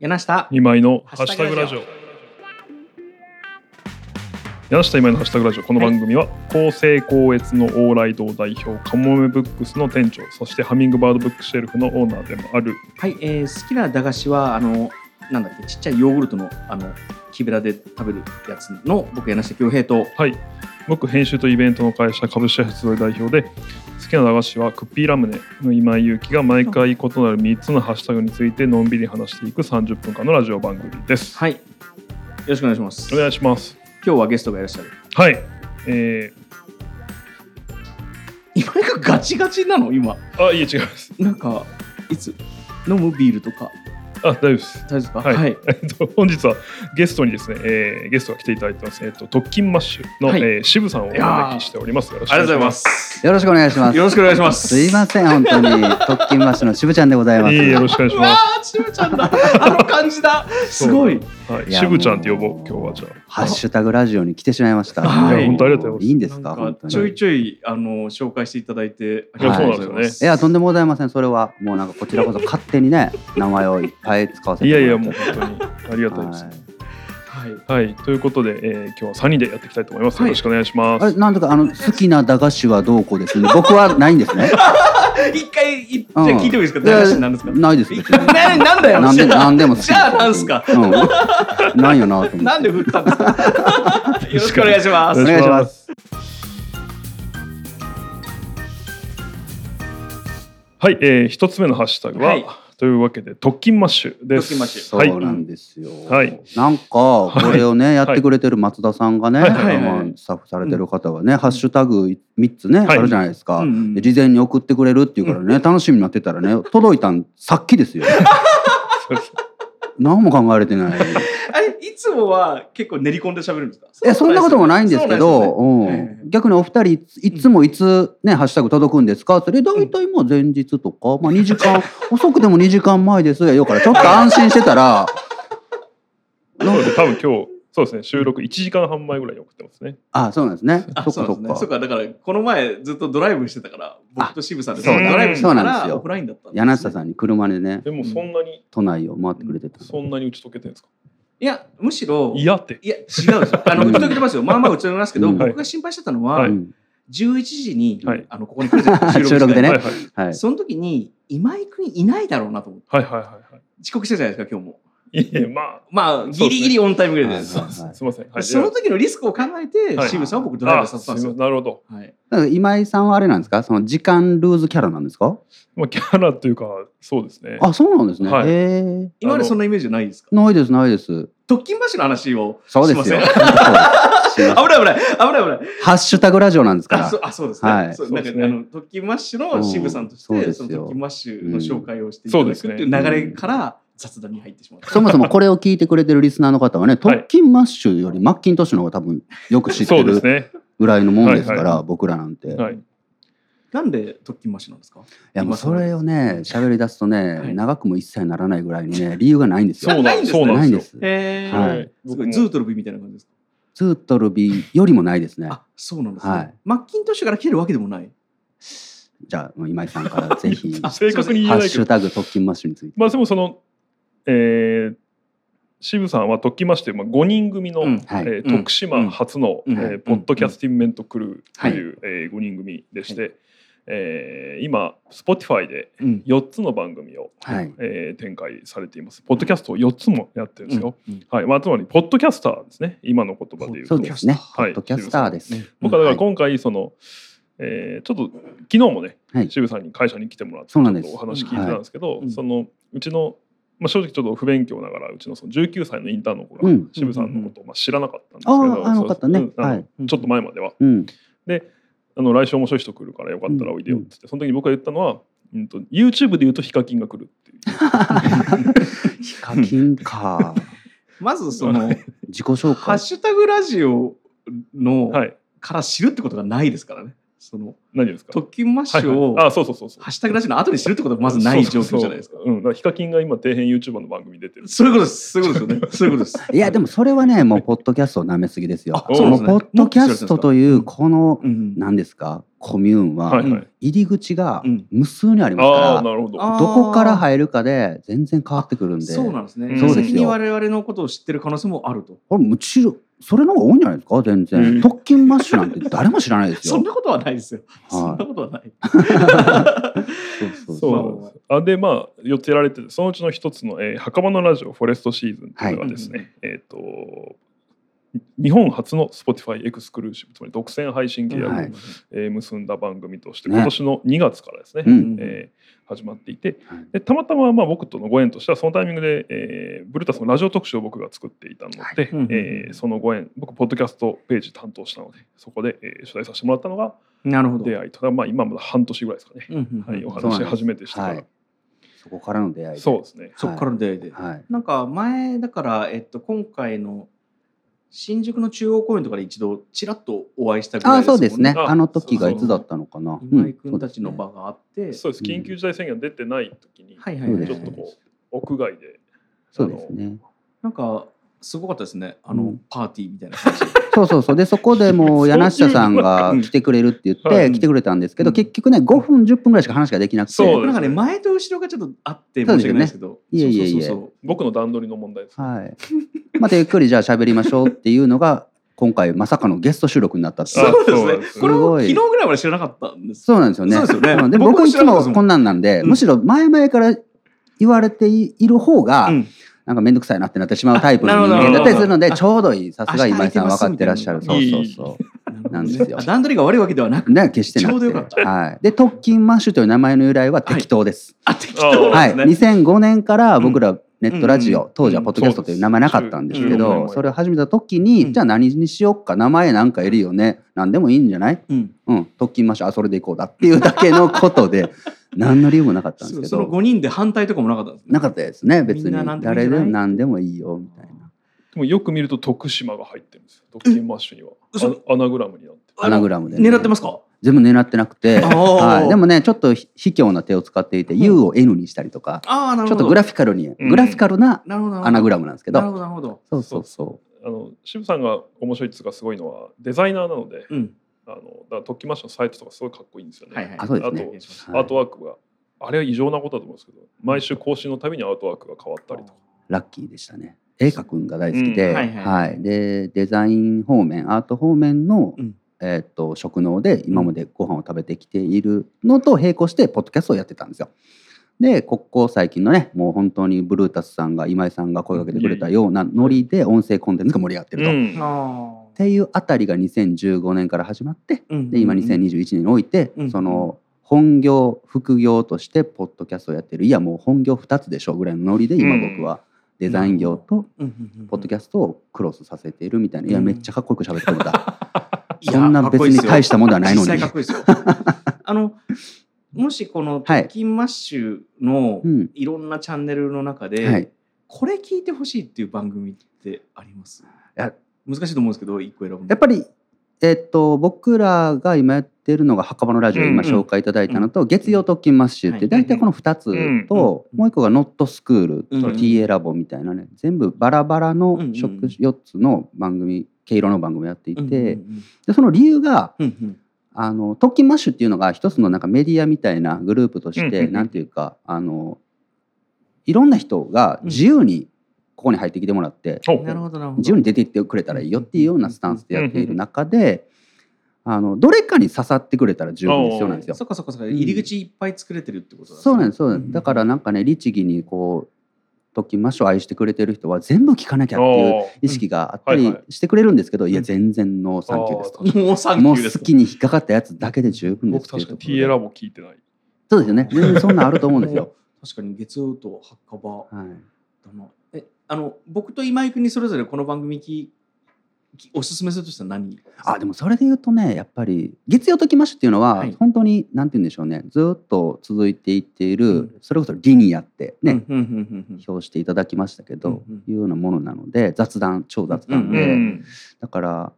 柳下2枚のハハッッシシュタュグタグララジジオオ。柳下今井のハッシュタグラジオ。この番組は、公正高越の往来堂代表、カモメブックスの店長、そしてハミングバードブックシェルフのオーナーでもある、はい、えー好きな駄菓子はあのなんだっけちっちゃいヨーグルトのあの木べらで食べるやつの僕柳下恭平とはい、僕編集とイベントの会社株式発動代表で、好きな駄菓子はクッピーラムネの今井祐希が毎回異なる3つのハッシュタグについてのんびり話していく30分間のラジオ番組です。はいよろしくお願いしますお願いします。今日はゲストがいらっしゃるはい、え今井がガチガチなの今ー、あ、いえ、違います。なんかいつ飲むビールとかあ、大丈夫です。大丈夫ですかはいえっと本日はゲストにですね、えーゲストが来ていただいてます。えっと特勤マッシュの、はいえー渋さんをお招きしております。ありがありがとうございま。すよろしくお願いします。よろしくお願いしますすいません、本当に。特勤マッシュの渋ちゃんでございまいす。えいえよろしくお願いしうわまーちぶちゃんだあの感じだす。すごいそう。はいい、や渋ちゃんって呼ぼう。今日はじゃハッシュタグラジオに来てしまいました。はいいや本当ありがとうございますいいんですかなん本か当ちょに。いいちょいあの紹介していただいてありがやとそううございんなまですすや、とんでもございません。それは、もうなんかこちらこそ勝手にね、名前をいっぱい使わせあ。ていもやいらってやもう本当にありがたいです。ははいいはい、ということで、えー今日は三人でやっていきたいと思います。はいよろしくお願いします。あれ、なんとか、あの、好きな駄菓子はどうこうですね。僕はないんで すね。一回いじゃうあん聞いてもいいですか駄菓子なんですかないです、別に。 ななんだよなんで、じゃあなんでも好きじゃあなんすかうん。なんよなと思なっんてで。振ったんです かよろしくお願いしまお。す願いしますはい、えー一つ目のハッシュタグは、はいというわけで特勤マッシュで特勤す。マッシュそはいうなんですよ。はいなんかこれをねやってくれてる松田さんがね、はいはいはいあのスタッフされてる方がね、ハッシュタグ三つね、はいあるじゃないですか、うんうんで事前に送ってくれるっていうからね、楽しみになってたらね届いたんさっきで すよ。そうです何も考えれてない。あれいつもは結構練り込んで喋るんですかえそんなこともないんですけど、そううんなんですよねはいはい逆にお二人いついつもいつね、ハッシュタグ届くんですかってで大体もう前日とか、まあ2時間 遅くても2時間前ですよからちょっと安心して たら。なので多分今日そうですね収録1時間半前ぐらいに送ってますね。あそうなんですね。あそっそうかなそんですねっかそ。うかだからこの前ずっとドライブしてたから僕と渋さんでそうドライブしてたかそうなんですらよオフラインだったんですね柳下さんに車でねでもそんなに、都内を回ってくれてたそんなに打ち解けてるんですか。いやむしろいやって。いや違うですよあの うん打ち解けてますよまあまあ打ち解けますけどうん僕が心配してたのははいううん11時にはいあのここに来るじゃないですか 収録でねはいはいはいその時に今井君いないだろうなと思ってはいはいはいは遅刻してたじゃないですか今日もい。いえままあギリギリオンタイムぐらいですそうですねあはいすみません。はでい。その時のリスクを考えてはい渋さんを僕ドラドイブラさせたんですよなるほど。はいだから今井さんはあれなんですかその時間ルーズキャラなんですかまあキャラというかそうですね。あそうなんですね、はいへえ今までそんなイメージないですかないですないです特勤橋の話をそうですよしませんそうですしま危ない危ない危ない危ないすハッシュタグラジオなんですかあらそうあそうですね、はいそうなんかそうですねあの特勤マッシュの渋さんとして、うんそうですそよの特勤マッシュの紹介をしていただくっていう流れから雑談に入ってしまった、そもそもこれを聞いてくれてるリスナーの方はね、はい特勤マッシュよりマッキントッシュの方が多分よく知っそてうでするね。ぐらいのもんですから、はいは僕らなんて、い、はい。なんで特勤マッシュなんですかやもうそれをね喋り出すとね、はい長くも一切ならないぐらいにね理由がないんですそようなないんんですねそうななんいんでですよ。すえーはいす僕ごもいズートルビみたいな感じですかツートルビよりもないですねあそうなんですね、はいマッキントッシュから来てるわけでもないじゃあ今井さんからぜひあ正確に言ハえッないけシュど。タグ特勤マッシュについて。まあでもその、えー、渋さんはときましてまあ5人組の、うんはいえーうん徳島初の、うんえーうんポッドキャスティンメントクルーという、え5人組でして、えー今 Spotify でうん4つの番組を、はい。えー展開されていますポッドキャストを4つもやってるんですよ、うんうんはいまあ、つまりポッドキャスターですね今の言葉で言うそとうですね。ポはいッドキャスターです。僕はだから今回その、えーちょっと昨日もね、はい渋さんに会社に来てもらってちそょうなんっですとお話聞いてたんですけど、はいそのうちの、まあ、正直ちょっと不勉強ながらうちのその19歳のインターンの子がうん渋さんのことをまあ知らなかったんですけあど、あ、あの方ねそう。あのはい。ちょっと前まではうん。あの来週面白い人来るからよかったらおいでよって言ってその時に僕が言ったのは、うん、と YouTube で言うとヒカキンが来るっていうヒカキンか。まずその自己紹ハッ介。シュタグラジオのはいから知るってことがないですからねその何ですか特急マッシュはいをはいあそうそうそうそうハッシュタグラジオの後に知るってことはまずない状況じゃないですか。そうそうそううん、だからヒカキンが今底辺 YouTuber の番組に出てるそういうことです。そういうことですよね。そういうことで す。いやでもそれはねもうポッドキャストを舐めすぎですよ。あそうなんもですうねポッドキャストというこのうん。何ですかコミューンははいはい、入り口がうん無数にありますああかなるほどあらどこから入るかで全然変わってくるんでそうなんですね。そうですよ先に我々のことを知ってる可能性もあると。これむしろそれの方が多いんじゃないですか全うん然特勤マッシュなんて誰も知らないで すそよんなことはないですよ。そんなことはない。そうそそうなうんです。あでまあ寄ってられててそのうちの一つの、えー墓場のラジオフォレストシーズンっていうのがですね、えっ、と日本初の Spotify エクスクルーシブつまり独占配信契約を、はいえー結んだ番組としてね今年の2月からですね、うんえー始まっていてはいでたまたままあ僕とのご縁としてはそのタイミングで、えーブルータスのラジオ特集を僕が作っていたので、はいうんうんえーそのご縁僕ポッドキャストページ担当したのでそこで、えー取材させてもらったのがなるほど。出会いとまあ今まだ半年ぐらいですかね、うんうんうんはい、おそう話なんです初めてしてからはいそこからの出会いでそうですねそっからの出会いで。はいなんか前だから、えっと、今回の新宿の中央公園とかで一度ちらっとお会いしたぐらいああそうですねああの時がいつだったのかな今井君たちうのんそ場うがあって、そうです緊急事態宣言が出てない時に、はいはでいすはいねちょっとこう屋外でそうですねなんかすごかったですねあの、うんパーティーみたいな感じそうそうそうでそこでもそうう柳下さんがうん来てくれるって言っはいて来てくれたんですけど、うん結局ね5分10分ぐらいしか話ができなくてそうなんかね前と後ろがちょっとあって申し訳ないですけどそうですよねいえいえいえそうそうそう僕の段取りの問題です、はい、またゆっくりじゃあ喋りましょうっていうのが今回まさかのゲスト収録になったって いうあそうそうそうなんでですすねこれを昨すごい日ぐらいまで知らなかったんですそうなんですよねそうですよねんで僕も僕い知らつなかったでもすもんこんなんなんで、うんむしろ前々から言われていいる方が、うんなんか面倒くさいなってなってしまうタイプの人あなるほ間どだったりするのでなるちょうどいいさすが今井さん明日分空かいっててまらっすしゃるみたそいうなそうそうなんですよあ段取りが悪いわけではなくね決してなちくてょうどよかったはい、で特勤マッシュという名前の由来は適当です、あ適当は、ないんですね、 2005年から僕らネットラジオ、うん当時はポッドキャストという名前なかったんですけど、うんそれを始めた時に、うんじゃあ何にしよっか名前なんかいるよね何でもいいんじゃないうんうん特勤マッシュあそれでいこうだっていうだけのことで 何の理由もなかったんですそうけそのど5人で反対とかもなかったんですねなかったですね別みんなに何でもいいん誰じゃでないも何でもいいよみたいなでもよく見ると徳島が入ってるんですよ特勤マッシュには嘘あアナグラムになってあアナグラムでね、狙ってますか全部狙ってなくて、あー はい、でもねちょっとひ卑怯な手を使っていて、U を N にしたりとかああなるちょほっどとグラフィカルに、うんグラフィカルななるほどなるほどアナグラムなんですけなるどほどなるほどそうそうそうあの渋さんが面白いっつうかすごいのはデザイナーなのでうんあのだから特勤マッシュのサイトとかすごいかっこいいんですよね、はいはいあそうですねあとアはいートワークがあれは異常なことだと思うんですけど毎週更新のたびにアートワークが変わったりとかラッキーでしたね。絵描くんが大好きで、うんははいいはいでデザイン方面アート方面の、うんえーっと職能で今までご飯を食べてきているのと並行してポッドキャストをやってたんですよ。でここ最近のねもう本当にブルータスさんが今井さんが声かけてくれたようなノリで音声コンテンツが盛り上がってると。っんあていうあたりが2015年から始まってーで今2021年において、うんその本業副業としてポッドキャストをやってるいやもう本業2つでしょぐらいのノリで今僕はデザイン業とポッドキャャストをクロスさせているみたいな、いやうんめっちゃかっこよく喋って くれたスそんな別に大したものはないのに 実際かっこいいですよ。あ のもしこの「はい特勤マッシュ」のうんいろんなチャンネルの中で、はいこれ聞いてほしいっていう番組ってありますや難しいと思うんですけど一個選ぶのやっぱりえっと僕らが今やってるのが墓場のラジオうんうん今紹介いただいたのと、月曜特勤マッシュってはい大体この2つと、うんもう1個がノットスクールうんと TA ラボみたいなね全部バラバラのうんうん職4つの番組毛色の番組をやっていて、うんでその理由がうんうんあの特勤マッシュっていうのが一つのなんかメディアみたいなグループとしうんうんて、うんなんていうかあのいろんな人が自由にここに入ってきてもらって、ほううんなるほどなるほど。自由に出ていってくれたらいいよっていうようなスタンスでやっている中で、あのどれかに刺さってくれたら十分必要なんですよ。そっかそっかそっかん入り口いっぱい作れてるってことだそうなんですそうなんです。だからなんかね律儀にこう特勤マッシュを愛してくれてる人は全部聞かなきゃっていうあ意識があったうんりはいはしてくれるんですけど、ういんや全然ノーサンキューですと。らもう三もう級です好きに引っかかったやつだけで十ー分で僕すっていう確かとにころで TA ラボ聞いてないそうですよね。全然そんなんあると思うんです よ。 確かに月曜と墓場はい。だなえあの僕と今井君にそれぞれこの番組ききおすすめするとしたら何あ、でもそれで言うとね、やっぱり月曜ときましっていうのは、はい本当になんて言うんでしょうね。ずっと続いていっている、うんそれこそリニアってね、うんうんうんうんうん表していただきましたけど、うんいうようなものなので、雑談超雑談で、うんうんだから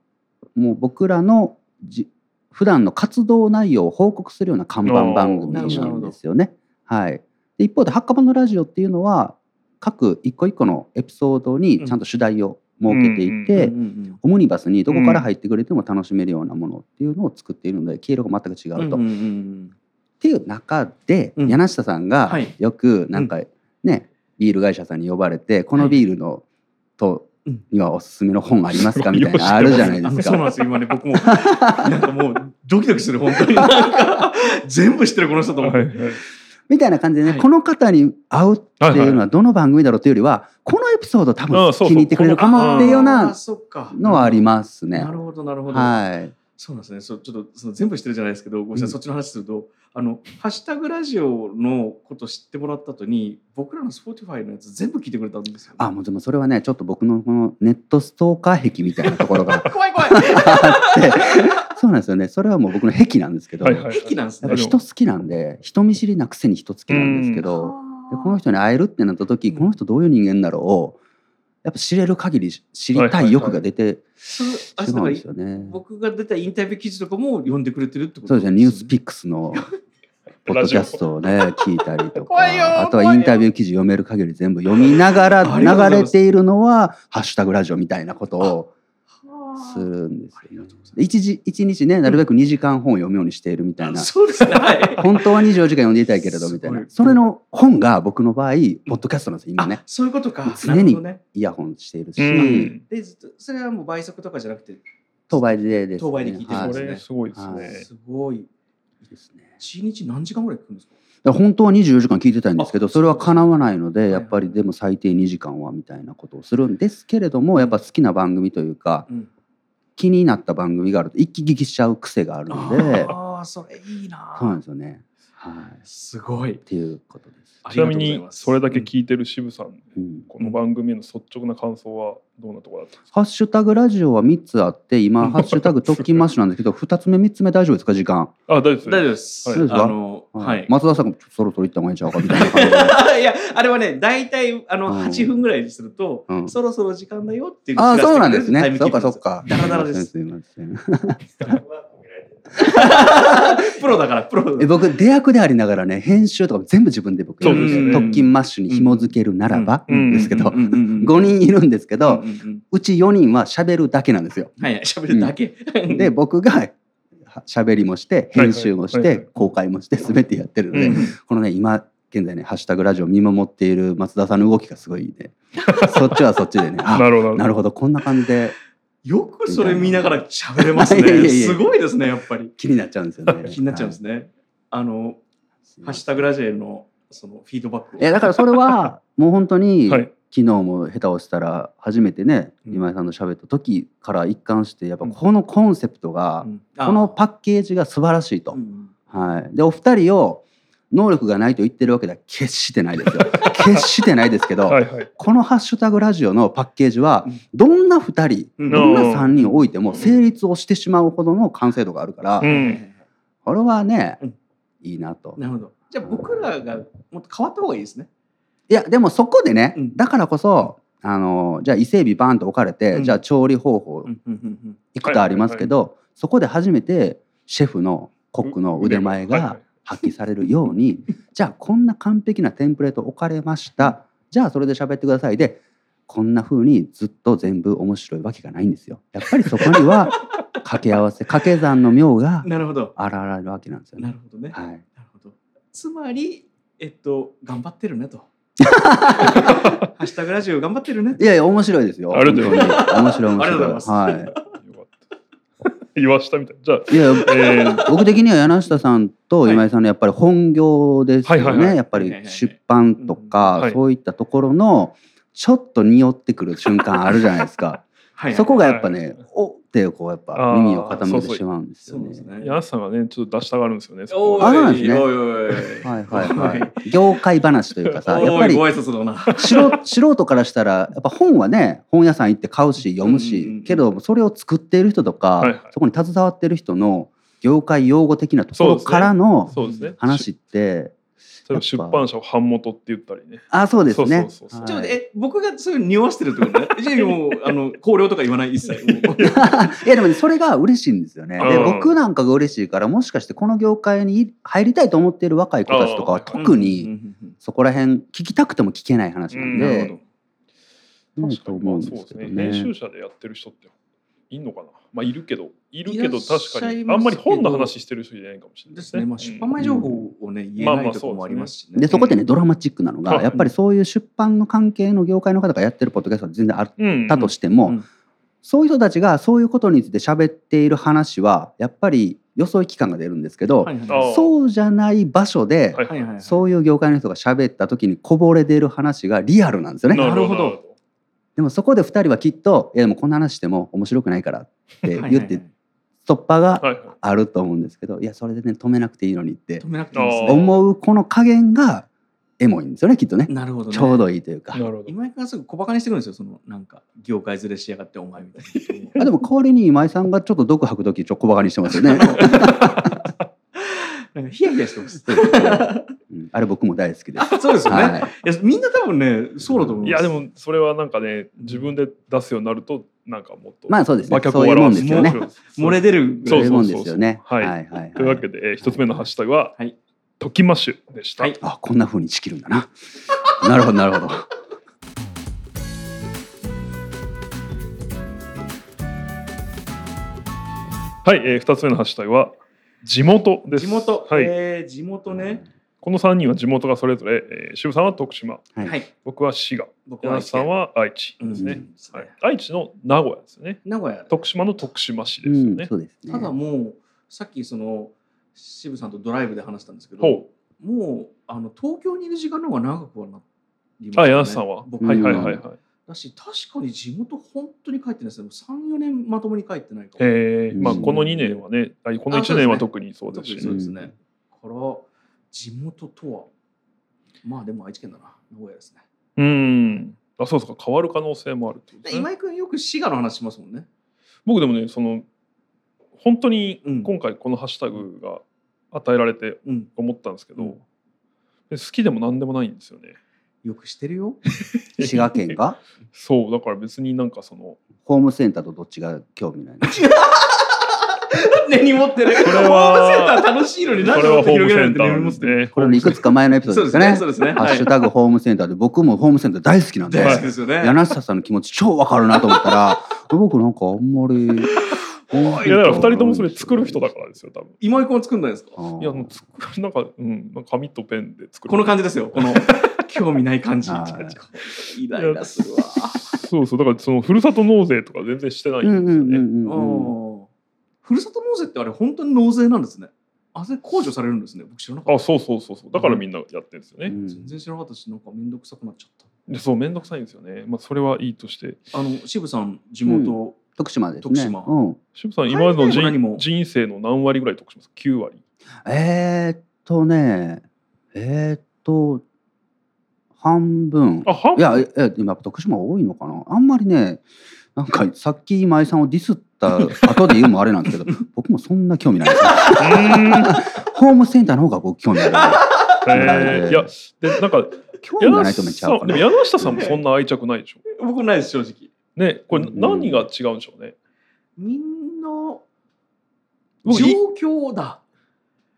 もう僕らのじ普段の活動内容を報告するような看板番組あーなんですよね。はい、で一方で「ハッカバのラジオ」っていうのは各一個一個のエピソードにちゃんと主題を設けていて、うんうんオムニバスにどこから入ってくれても楽しめるようなものっていうのを作っているので経路が全く違うんうと。うんっうんていう中で、うん柳下さんがはいよくなんかね、ビール会社さんに呼ばれてこのビールの、とうんにはおすすめの本ありますかみたいよく知ってなあまるすじゃないあですそうなんか。ですよ今ね僕もなんかもうドキドキする本当になんか全部知ってるこの人と思って、 はいはいみたいな感じでね、はいこの方に会うっていうのはどの番組だろうというよりはこのエピソード多う分んそうそう気に入ってくれるかもっていうようあーなそっかのはありますねな。るほどなるほど、はい、そうなんですねそうちょっとその全部知ってるじゃないですけどごめんなさい、うんそっちの話するとあの「ハッシュタグラジオ」のこと知ってもらった後に僕らの Spotify のやつ全部聞いてくれたんですよ、あもうでもそれはねちょっと僕のこのネットストーカー癖みたいなところが怖い怖いあってそうなんですよねそれはもう僕の癖なんですけど、はいはい駅なんですやっねぱ人好きなんで人見知りなくせに人好きなんですけど、でこの人に会えるってなった時うんこの人どういう人間だろうをやっぱ知れる限り知りたい欲が出てそうしあだまかうらんですよね。僕が出たインタビュー記事とかも読んでくれてるってことそうですね、ニュースピッックスのポッドキャストをね、聞いたりと怖いよか、あとはインタビュー記事読める限り全部読みながありがとうごらざい流まれすているのは、ハッシュタグラジオみたいなことをすみるんですよあねりがとうございます。一時一日ね、なるべく2時間本を読むようにしているみたいな。そうですねはい本当は24時間読んでいたいけ れどみたいすなごいそれの本が僕の場合ポッドキャストなんですよ今ねあそういうことか常になるほどねイヤホンしているし、うんでずっとそれはもう倍速とかじゃなくて当倍でです、ね、当倍で聞いてるはんこですねれすごいですはね。すごいいですね一日何時間ぐらい聞くんですかだから本当は24時間聞いてたいんですけどあそれは叶わないのはいでやっぱりでも最低2時間はみたいなことをするんですけれどもやっぱ好きな番組というかうん気になった番組があると一気聞きしちゃう癖があるのでああそれいいなそうなんですよね。はい、っすごいていうことです。ちなみにそれだけ聞いてる渋さん、うんこの番組への率直な感想はどんなところだったんですか。ハッシュタグラジオは3つあって今「ハッシュタグ特勤マッシュ」なんですけど2つ目3つ目大丈夫ですか時間、あ、大丈夫です。大丈夫です、はい大丈夫ですかあのはい、松田さんがそろそろ行った方がいいんちゃうかみたいな感じ でいやあれはね大体あのうん8分ぐらいにすると、うんそろそろ時間だよっていうああそうなんですタイねムそキうープかなそんうかダラダラですすいませんすいませですよん プロだからプロえ僕出役でありながらね編集とか全部自分で僕やるんそうでですね特勤マッシュに紐付けるならばうんですけうどんうんうん5人いるんですけうんどうんうんうち4人は喋るだけなんですよ。はいはい喋るだけ、で僕がは喋りもして編集もしはいはいはて公開もして全てやってるのうでんこのね今現在ね「ハッシュタグラジオ」見守っている松田さんの動きがすごいねそっちはそっちでね あなるほど。なるほどこんな感じで よくそれ見ながら喋れますねいやいやいやすごいですねやっぱり気になっちゃうんですよ ね。気になっちゃうんですね、あのはいハッシュタグラジエルのそのフィードバックをいやだからそれ はもう本当にはい。昨日も下手をしたら初めてねうん今井さんと喋った時から一貫してやっぱこのコンセプトが、うんこのパッケージが素晴らしいとう、んはい、でお二人を能力がないと言ってるわけでは決してな いですよ決してないですけど、はいはい。この「ハッシュタグラジオ」のパッケージはうんどんな二人うんどんなうん三人置いても成立をしてしまうほどの完成度があるから、はういはいん。これはね、うんいいなと。なるほどじゃあ僕らがもっと変わった方がいいですねいやでもそこでね、うんだからこそあのじゃあ伊勢海老バーンと置かれて、うんじゃあ調理方法うんうんうんうんいくとありますけど、そこで初めてシェフのコックの腕前はいはがい発揮されるように、じゃあこんな完璧なテンプレート置かれましたじゃあそれで喋ってくださいでこんな風にずっと全部面白いわけがないんですよ。やっぱりそこには掛け合わせ掛け算の妙がなるほど現れるわけなんですよなね。るほどね、はい、なるほど。つまり、えっと、頑張ってるねと。ハッシュタグラジオ頑張ってるねいやいや面白いですよ。ありがとうござい本当に面白い面ありがとうござい白ますい。はい。よかった。言わしたみたい。じゃあ、いや、えー、僕的には柳下さんと今井さんのやっぱり本業ですよね、はいはいはいやっぱはいはいりはい出版とうんはかいそういったところのちょっと匂ってくる瞬間あるじゃないですかはいそこがやっぱはいねおってこうやっぱあー耳を傾けてしまうんですそようなんですね。ね。ヤスさんがね、ちょっと出したがるんですよね。そこおはあそうなんい、ですねおいおいおい。はいはいはい、業界話というかさやっぱおいりご挨拶だな。素人素人からしたらやっぱ本はね本屋さん行って買うし読むうし、んうんうんけどそれを作っている人とか、はいはいそこに携わってる人の業界用語的なとこそうろですねからのそうですね。話って例えば出版社を版元って言ったりねあそうですねそうそうそうそちょうっとは待いってえ僕がそういうの匂わしてるってことね。じゃあもうあの香料とか言わない一切。もう いやでもねそれが嬉しいんですよね。でうん僕なんかが嬉しいからもしかしてこの業界に入りたいと思っている若い子たちとかはうん特うんにそこら辺聞きたくても聞けない話なんうんうんなでる、ほうん確かとに思まうんあでそうすでけすどねね。編集者でやってる人っていんのかなまあいるけどいるけいらどっしゃい確かますけにどあんまり本の話してる人じゃないかもしれどないですね。まあ出版うん前情報をね言えないところもありますしね。でそこでね、うんドラマチックなのがあやっぱりそういう出版の関係の業界の方がやってるポッドキャストは全然あっうんたとしても、うんそういう人たちがそういうことについて喋っている話はやっぱり予想期間が出るんですけど、はいはいあーそうじゃない場所で、はいはいはいはいそういう業界の人が喋った時にこぼれ出る話がリアルなんですよね。なるほどでもそこで2人はきっと「いやでもこんな話しても面白くないから」ってはいはい言はっいて突破がはいはいあると思うんですけどいやそれでね止めなくていいのにって止めなくていいんですあーね。思うこの加減がエモいんですよねきっとねなるほどね。ちょうどいいというかなるほど今井君がすぐ小馬鹿にしてくるんですよ。そのなんか業界ずれしやがってお前みたいな。あでも代わりに今井さんがちょっと毒吐く時ちょっと小バカにしてますよね、 なんかヒヤヒヤしてます。うんあれ僕も大好きです。そうですよね。はいいやみんな多分ねそうだと思います。いやでもそれはなんかね自分で出すようになるとなんかもっとまあそうですね馬。脚そをういうもん表ですすよね。漏れ出るぐそらういいそううもんですよね。そうそうはいはいというはわいけ。でえー一つ目のハッシュタグははい「ときましゅ」でした。はいあこんな風に仕切るんだな。なるほどなるほど。はい、えー、2つ目のハッシュタグは地元です。地元、はいえー地元ね。この3人は地元がそれぞれ、えー、渋さんは徳島、はいはい。僕は滋賀、僕柳瀬さんは愛知ですね、うんはい。愛知の名古屋ですね。名古屋。徳島の徳島市でうすよんね。そうですね。ただもうさっきその渋さんとドライブで話したんですけほど、もうあの東京にいる時間の方が長くはなりましたあ、柳瀬さんは、僕ははいいははいいははいい。はい。だし確かに地元本当に帰ってないですね。三四年まともに帰ってないかも。えー、まあうんこの2年はね、あこのあ1年は特にそう特ですにし、そうでねすね。から地元とはまあでも愛知県だな名古屋ですね。うん。あ、そうそうか、変わる可能性もあるってことでですね今井君よく滋賀の話しますもんね。僕でもね、その本当にうん今回このハッシュタグが与えられてうん。思ったんですけど、で好きでも何でもないんですよね。よくしてるよ。滋賀県がそうだから別になんかそのホームセンターとどっちが興 味ないの。 根に持ってる。これはホームセンター 楽しいのこにれ何ではホーム広げらセれンてタ根にー持っでてする。ね。これのいくつか前のエピソーそドうでですすねね。。そうですね。ハッシュはタグホームセンターで僕もホームセンター大好きなんい。で大好きですよね。柳下さんの気持ち超わかるなと思っ たら僕なんかあんまり。いやだから2人ともそれ作る人だからですよ多分。今井君は作んないですか。あー。いやもう作る なんかうんなんか紙とペンで作る。 この感じですよ。この興味ない感じ。は いイライラするわ。そうそうだからそのふるさと納税とか全然してないうんんでうすよんうね。んうんうん。うんふるさと納税ってあれ本当に納税なんですね。あそれ控除されるんですね。僕知らなかった。あそうそうそうそうだからみんなやってるんですようね。ん全然知らなかったし、なんか面倒くさくなっちゃっでそうめんどくさいんですよね。まあそれはいいとして。た。あの渋さん地元徳島ですね。徳島うん。渋さん今まで海の外も何人も人生の何割ぐらい得します ?9 割。えー、っとね、えー、っと、半分。あ半いや、分。いや今、徳島多いのかな。あんまりね、なんかさっき今井さんをディスった後で言うのもあれなんですけど、僕もそんな興味ないですよ。うーんホームセンターの方が僕興味ある。 えーいやでなんか興味が柳ない下とめっちゃさ合うんかでもな。柳下さんもそんな愛着ないでしょ。僕ないです正直。ねこれうん何が違うんでしょうね。みんな僕い状況だ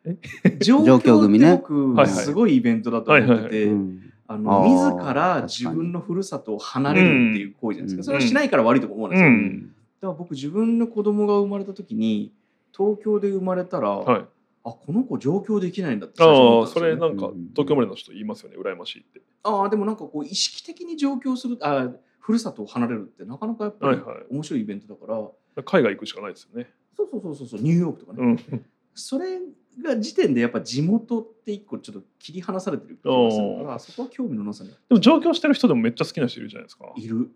え。状状況組ね況って僕すごいイベントだと思っててう、んああのー自ら自分の故郷を離れるっていう行為じゃないですか。うんそれはしないから悪いとか思わないですうよ。んだから僕自分の子供が生まれた時に東京で生まれたら、はい。あこの子上京できないんだって最初あ思っあたんそですよねれなんかうん東京生まれの人言いますよね羨ましいって。ああでもなんかこう意識的に上京するあふるさとを離れるってなかなかやっぱはいりはい。面白いイベントだから、海外行くしかないですよね。そうそうそうそうそうニューヨークとかね、うん。それが時点でやっぱ地元って一個ちょっと切り離されてる気がするからそこは興味のなさにでも上京してる人でもめっちゃ好きな人いるじゃないですか。いる、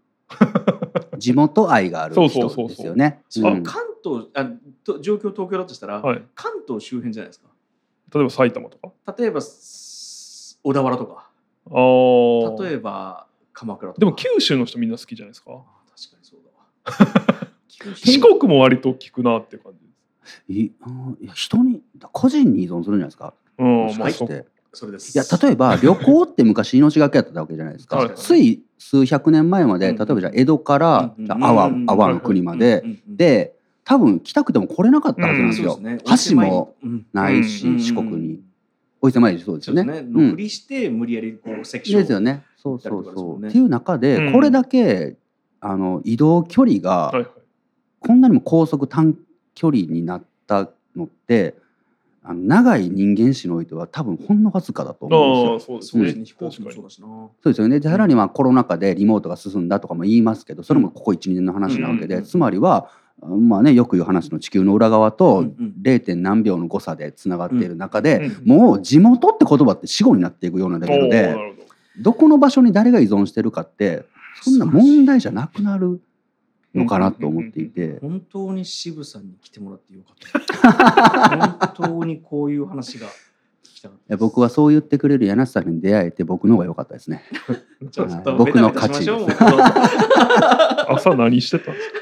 地元愛がある人そうそうそうそうですよね。しかも関東あと状況東京だとしたら、はい。関東周辺じゃないですか例えば埼玉とか。例えばす小田原とかああ。例えば鎌倉とかでも九州の人みんな好きじゃないですかあ。確かにそうだわ 九州四国も割と聞くなっていう感じです。いあーいや人に個人に依存するんじゃないですか。うんもしまあかそうしてそれです。いや例えば旅行って昔命がけやったわけじゃないですはかいつい数百年前までう例んえばじゃあ江戸からうんじゃあ阿う波ん阿波の国までうんうんうんで多分来たくても来れなかったはずうなんんでそすうよですね箸もうんないうんし四国にお伊勢参りそうですそようでねすね。うのふんりして無理やりこうセクションですよねそうそう行ったりとかですそもんうねっていう中うでんこれだけあの移動距離がはいはいこんなにも高速短距離になったのってあの長い人間史においては多分ほんのわずかだと思うんあであすよ。そうそうでですねすね。飛行機確もかそうにだしな。そうですよねでさらにはコロナ禍でリモートが進んだとかも言いますけどそれもここ1年の話なわけで、うんつまりは、まあね、よく言う話の地球の裏側とうん 0. 点何秒の誤差でつながっている中うで、んもう地元って言葉って死語になっていくようなレベルおーでなるほどどこの場所に誰が依存してるかってそんな問題じゃなくなるのかなと思っていて。本当に渋さんに来てもらってよか った。本当にこういう話が聞きたかったいや僕はそう言ってくれる柳瀬さんに出会えて僕の方が良かったですね。ちょっと僕の価値ベタベタしましょうで朝何してたんですか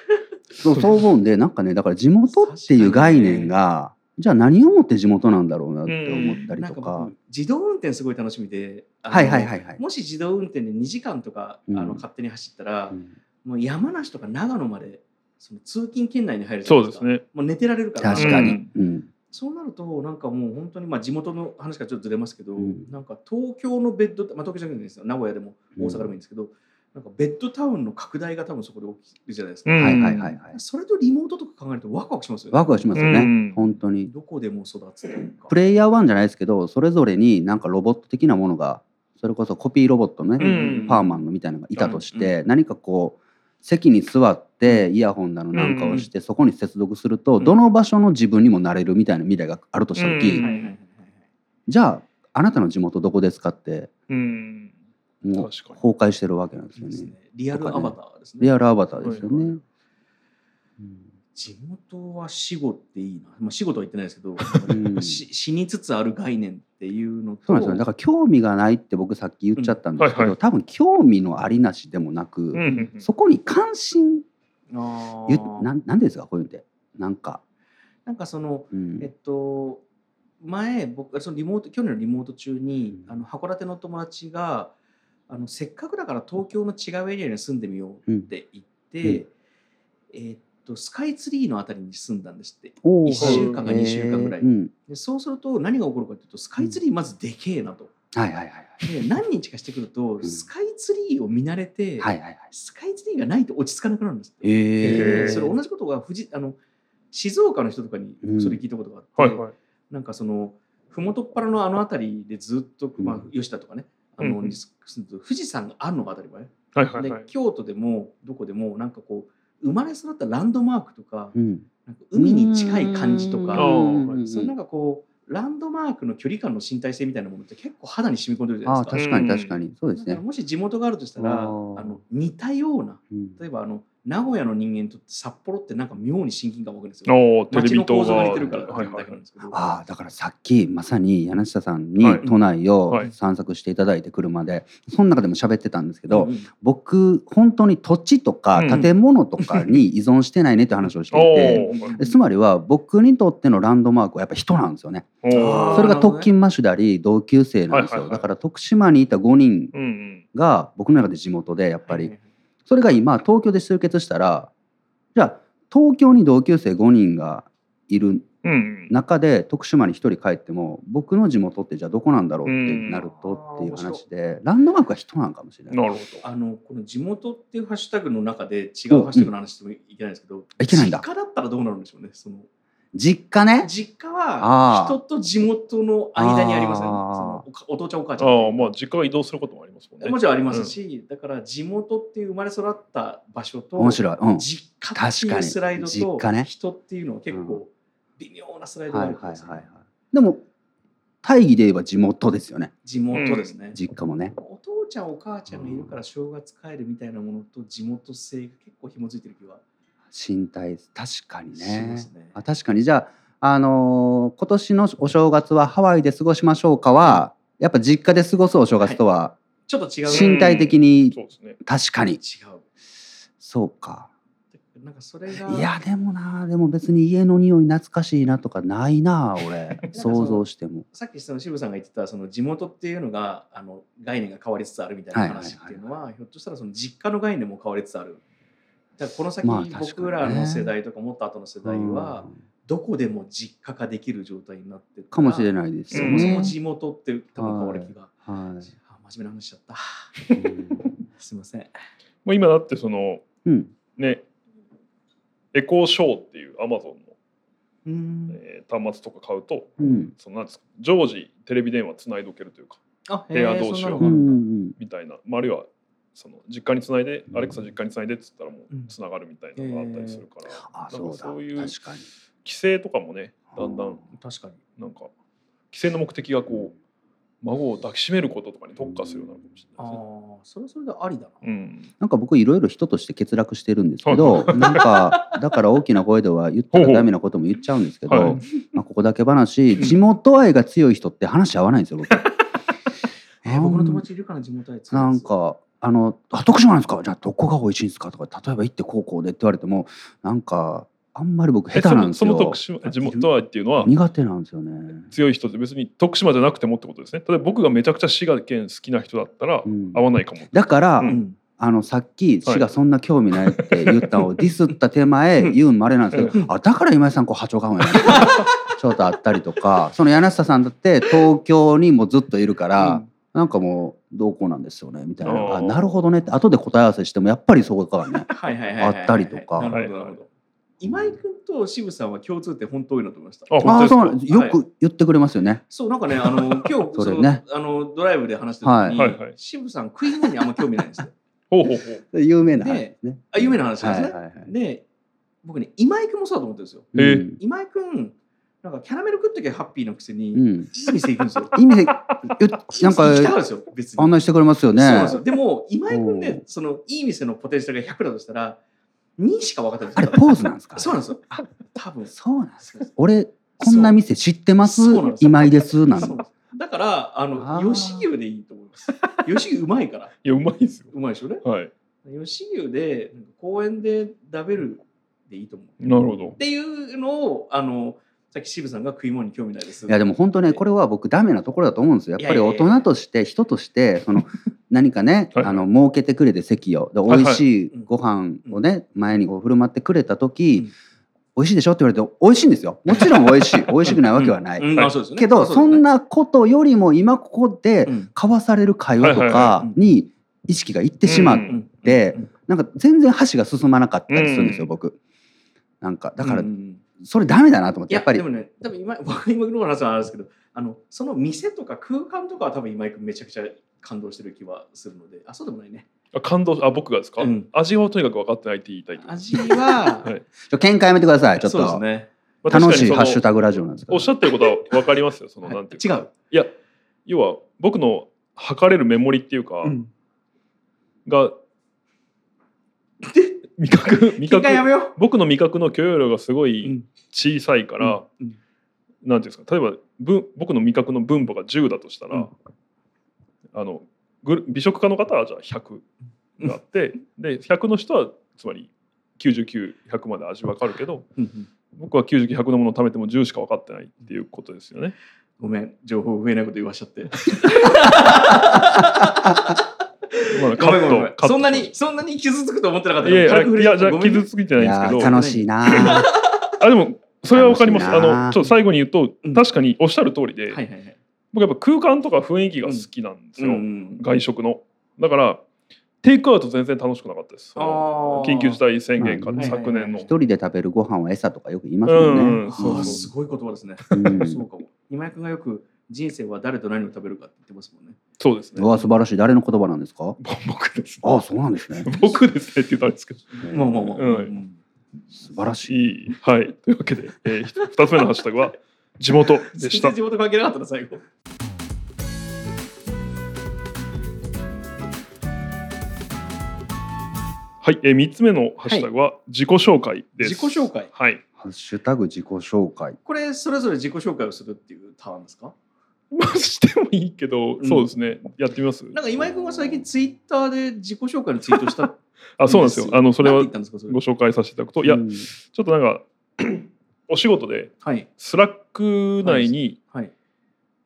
そうそう思うんでなんかねだから地元っていう概念が、じゃあ何をもって地元なんだろう なって思ったりなんとかか僕。自動運転すごい楽しみで、あのはいはいはいはい。もし自動運転で2時間とかあうんの勝手に走ったらう、んもう山梨とか長野までその通勤圏内に入るじゃないそうでですすか。ねもう寝てられるから。確かうにん。うんそうなるとなんかもう本当にまあ地元の話からちょっとずれますけど、うんなんか東京のベッド、まあ、東京じゃないんですよ名古屋でもうん大阪でもいいんですけど、なんかベッドタウンの拡大が多分そこで起きるじゃないですか、うんはいはいはいはい。それとリモートとか考えるとワクワクしますよねワクワクしますよね。うん本当に。どこでも育つというかプレイヤー1じゃないですけどそれぞれになんかロボット的なものがそれこそコピーロボットのね、うんパーマンのみたいなのがいたとして、何かこう席に座ってイヤホンなのなんかをして、そこに接続すると、うんどの場所の自分にもなれるみたいな未来があるとした時、うんはいはいはいはいじゃああなたの地元どこですかってうんもう確かに崩壊してるわけなんですいよいねですねリアルアバターですねリアルアバターですよね、はい地元は死後っていいな、まあ、死後とは言ってないですけ ど、んし死につつある概念っていうのとそうなんですよねだから興味がないって僕さっき言っちゃったんですうけど、んはいはい多分興味のありなしでもなく、うんうんうんそこに関心あゆーなんなんでですかこういうのってなんか、なんかそのうんえっと前僕そのリモート去年のリモート中に、うんあの函館の友達があのせっかくだから東京の違うエリアに住んでみようって言って、えっとスカイツリーのあたりに住んだんですっておー一週間かへー二週間ぐらいうんでそうすると何が起こるかというとスカイツリーまずでけえなと、はいはいはいで何日かしてくると、んスカイツリーを見慣れて、はいはいはいスカイツリーがないと落ち着かなくなるんですって、えへでーそれ同じことが富士あの静岡の人とかにそれ聞いたことがあって、はいはいなんかその麓っ腹のあの辺りでずっと、まあうん、吉田とかね、あうのんうん住んでると富士山があるのが当たり前、はいはいはいで京都でもどこでもなんかこう生まれ育ったランドマークとか,、うん、なんか海に近い感じとか、うんそのなんかこうランドマークの距離感の身体性みたいなものって結構肌に染み込んでるじゃなあいあですか。確かに確かに、そうですだねから、もし地元があるとしたらああーの似たようなうん例えばあの名古屋の人間にとって札幌ってなんか妙に親近感湧くんですよ。おーテレ街ビの塔構が造がは似いはているからっていうだはいけなんですけど。ああだからさっきまさに柳下さんにはい都内をはい散策していただいて車で、その中でも喋ってたんですけど、うんうん僕本当に土地とかうん建物とかに依存してないねって話をしていて、 おーでつまりは僕にとってのランドマークはやっぱ人なんですよね。おーあーそれがなるほど特ね勤マッシュであり同級生なんですよ、はいはいはいだから徳島にいた5人うんうんが僕の中で地元でやっぱり、はいはいそれが今東京で集結したらじゃあ東京に同級生5人がいるうんうん中で徳島に1人帰っても僕の地元ってじゃあどこなんだろうってなるとっていううん話でランドマークは人なんかもしれない。なるほあのこの地元っていうハッシュタグの中で違うハッシュタグの話してもいけないんですけど、いけないんだ実家だったらどうなるんでしょうね。その実家ね実家はあ人ーと地元の間にありません。そあーのおかお父ちゃんお母ちゃんどああまあ時間移動することもありますもんねもちろんありますし、だから地元っていう生まれ育った場所と面白い、うん、実家っていうスライド確かに実家とね人っていうのは結うん構微妙なスライドがはあいるんはいはですいよはい。でも大義で言えば地元ですよね。地元ですね。実家もね。お父ちゃんお母ちゃんがいるから正月帰るみたいなものと地元性が結構紐づいてる気は身体確かにしねますね。あ確かにじゃあ、あのー今年のお正月はハワイで過ごしましょうかはやっぱ実家で過ごすお正月とはちょっと違う。しん身体的にそうですね確かに違う。そうかけどなんかそれがいやでもなでも別に家の匂い懐かしいなとかないな俺 その想像してもさっきその渋さんが言ってたその地元っていうのがあの概念が変わりつつあるみたいな話っていうのは,、ひょっとしたらその実家の概念も変わりつつある。だからこの先、まあ確かにね僕らの世代とかもっと後の世代は、うんどこでも実家化できる状態になってかもしれいないですそよもそねも。地元って多分変わる気が、はあ真面目な話しちゃったいうんすいませんもう今だってそのうんねエコーショーっていうアマゾンの、うんえー端末とか買うとうんそのなんですか常時テレビ電話つないどけるというかあ部屋同士 をへえそんなのうがあるんだんみたいな、まあ、あるいはその実家につないで、うんアレクサ実家につないでっつったらもうんうつながるみたいなのがあったりするから、あなそんうかだそういう規確かに制とかもねだんだん確かになんか規制の目的がこう孫を抱きしめることとかに特化するようになるかもしれあないですあね。それはそれでありだな、うん、なんか僕いろいろ人として欠落してるんですけどなんかだから大きな声では言ったらダメなことも言っちゃうんですけど、はいまあ、ここだけ話地元愛が強い人って話合わないんです よ僕。えー僕の友達いるかな地元やつなんかあのあ徳島なんですかじゃあどこが美味しいんですかとか例えば行って高校でって言われてもなんかあんまり僕え下手そなんのですそよの徳島地元愛っていうのは苦手なんですよね。強い人って別に徳島じゃなくてもってことですね。例えば僕がめちゃくちゃ滋賀県好きな人だったらうん合わないかも。だから、うんうんあのさっきはい市がそんな興味ないって言ったの をディスった手前、うん言うんもあれなんですけど、あだから今井さんこう波 長が合うんやなちょっとあったりとかその柳下さんだって東京にもずっといるから、うんなんかもうどうこうなんですよねみたいなああーなるほどねって後で答え合わせしてもやっぱりそうかねはいはいはいはいはいあったりとかなるほどなるほど今井君と渋さんは共通点本当多いなと思いましたああ本あ当そうなんでですすよく言ってくれますよね。そうなんかねあの今日そそれのねあのドライブで話してた時に、はいはいはい渋さん食い物にあんま興味ないんですよか。ほうほうほう。有名な話でですね。あ有名な話なんはでいすはねいはい。で僕ね今井君もそうだと思ってるんですよえうん今井君なんかキャラメル食っときゃハッピーのくせに、ういいん、店行くんですよ意味で、よなん行きたがるんかですよ別に案内してくれますよね。そうなんですよでも今井君うねんそのいい店のポテンシャルが100だとしたら2しか分かってないんあでれすよポーズなんですか。そうなんですよ多分そうなんです。俺こんな店知ってますそうなんです今井ですなそうのなん。ですだからあのあー吉牛でいいと思います吉牛うまいからいやうまいですよ。うまいでしょうねはい。吉牛でなんか公園で食べるでいいと思うっなるほど。ていうのをあのさっき渋さんが食い物に興味ないですいやでも本当ねこれは僕ダメなところだと思うんですよ。やっぱりいやい大やいや人として人として その何かねはいはいあの設けてくれて席をでいはい美味しいご飯をね前にこう振る舞ってくれた時うん美味しいでしょって言われて美味しいんですよ。もちろん美味 しい美味しくないわけはなうい。んあそうですよねけどうですそよねんなことよりも今ここでうん交わされる会話とかに意識がいってしまっうんでうんなんか全然箸が進まなかったりするんですよ、うん僕。なんかだからうんうんそれダメだなと思っいてややっぱりでもね多分今 僕今の話はあれですけどあのその店とか空間とかは多分今井君めちゃくちゃ感動してる気はするのであそうでもないねあ感動あ僕がですか、うん味をとにかく分かってないって言いたいってこと味は、はいちょ喧嘩やめてくださいちょっそうですと、ねまあ楽しい「確かハにそのッシュタグラジオ」なんですけおどっしゃってることは分かりますよ。そのはいなんていう違かう、いや要は僕の測れるメモリっていうか、うん、が味 覚味一回や覚めよ僕の味覚の許容量がすごう、い小さいから、うんうんなんていうんですか例えば分僕の味覚の分母が10だとしたら、うんあのグル美食家の方はじゃあ100があって、で100の人はつまり99100まで味わかるけどうんうん僕は99100のものを食べても10しか分かってないっていうことですよね。ごめん情報増えないこと言わしちゃってまあごめんごめんごめん カットそんなにそんなに傷つくと思ってなかったいやいや軽く触いれやじゃあごめんね傷ついてないいんですやけどー楽しいなーあでもそれはわかります。あ楽しいなのちょっと最後に言うと、うん確かにおっしゃる通りで、はいはいはい、僕やっぱ空間とか雰囲気が好きなんですうよ、ん、外食の。だからテイクアウト全然楽しくなかったです。その緊急事態態宣言下まであね昨年のはいはいはい一人で食べるご飯は餌とかよく言いますもんね。うんうんあそうそうーすごい言葉ですね、うんそうかも今井君がよく人生は誰と何を食べるかって言ってますもんねそうですねう。わ素晴らしい誰の言葉なんですか僕です、ああそうなんですね。僕ですねって言ったんですけど。まあまあまあ、うんん素晴らしい。いい。はい。というわけで、えー、2つ目のハッシュタ グは地元でし全た然。地元関係なかったな最後はい。えー、3つ目のハッシュタグは自己紹介です。自己紹介はい。ハッシュタグ自己紹介。これそれぞれ自己紹介をするっていうターンですかまあしてもいいけど、うんそうですね。やってみますなんか今井君は最近ツイッターで自己紹介のツイートしたっ あそうなんですよあのそれはご紹介させていただくといや、うんちょっとなん かお仕事ではいスラック内に、はい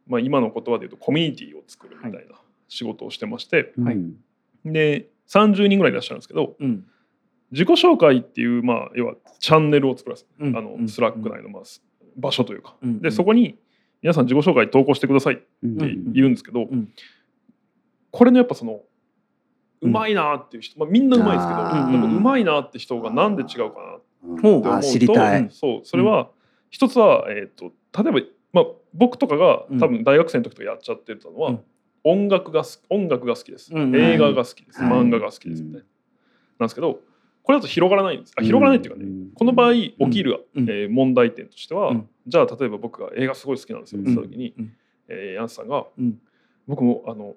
まあ、今の言葉で言うとコミュニティを作るみたいな仕事をしてまして、はいうんで30人ぐらいいらっしゃるんですけどうん自己紹介っていう、まあ、要はチャンネルを作らせうあのスラック内の、まあ、場所というか、うんでそこに皆さん自己紹介投稿してくださいってうんうん言うんですけど、うんこれのやっぱそのううんまいなーっていう人、まあ、みんなうまいですけどあーでもうまいなーって人がなんで違うかほうなあって知思うりと、たうんい。そうそれは一つは、えー、と例えば、まあ、僕とかがうん多分大学生の時とかやっちゃってたのは、うん音楽がす音楽が好きです、うん映画が好きです、はい漫画が好きですみたいな、なんですけどこれだと広がらないんですあ広がらないっていうかね、んこの場合起きる、うんえー問題点としては、うんじゃあ例えば僕が映画すごい好きなんですようってん言った時に、うんえーヤンスさんがうん僕もあの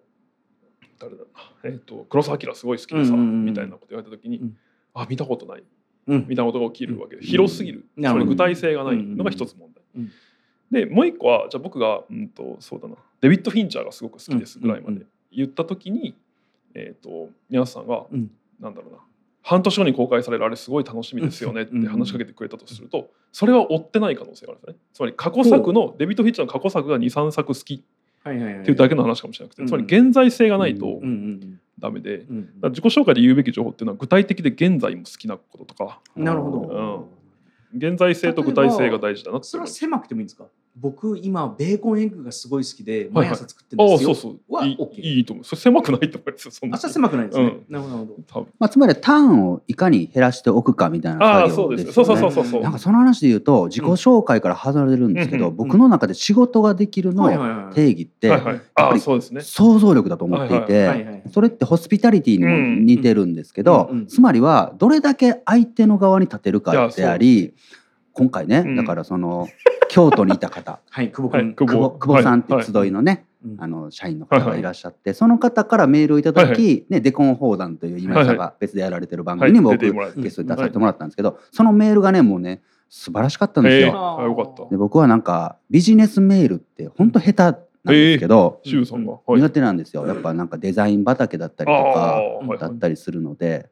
誰だろうな、えー、と黒澤明すごい好きでさ、うんうんうんみたいなこと言われた時に、うんあ見たことないうんみたいなことが起きるわけでうん広すぎる、なるそほれど具体性がないのが一つ問題。うんでもう一個はじゃあ僕が、うん、とそうだなデビッド・フィンチャーがすごく好きですぐらいまうんうんで言った時に、えー、とヤンスさんが「うんなんだろうな半年後に公開されるあれすごい楽しみですよねっうんて話しかけてくれたとするとそれは追ってない可能性があるんですねつまり過去作のデビッド・フィッチャーの過去作が23作好きっはいはいはいていうだけの話かもしれなくうてんつまり現在性がないとうんうんダメでだかうんうんら自己紹介で言うべき情報っていうのは具体的で現在も好きなこととかなるほど現在性と具体性が大事だなってそれ思うは狭くてもいいんですか僕今ベーコンエッグがすごい好きではい毎朝作ってるんあであすそようそうはいい OK いいと思うそれ狭くないと思いますよそんなあそれは狭くないですね、うんなるほどなるほど多分まあつまりターンをいかに減らしておくかみたいあなあ作そ業うでですよすそうね。そうそうそうそうなんかその話で言うと自己紹介から外れるんですけど、うんうん僕の中で仕事ができるはいはのいはい定義って、はいはいああそうですね想像力だと思っていて、はいはいはいそれってホスピタリティにもうん似てるんですけど、うんうんつまりはどれだけ相手の側に立てるかであり今回ね、うんだからその京都にい た方はい久保は君、い久保久保さんってはい集いのね、うんあの社員の方がいらっしゃって、その方からメールをいただき、はいね、デコン砲弾という今井さんが別でやられてる番はい組にも出僕、てもらえてゲストに出させてもらったんですけど、そのメールがねもうね素晴らしかったんですええよ。あよかったで僕はなんかビジネスメールって本当下手なんですけど、シュウさんがはい苦手なんですよやっぱなんかデザイン畑だったりとあかあはいだったりするので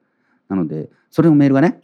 なのでそれのメールがね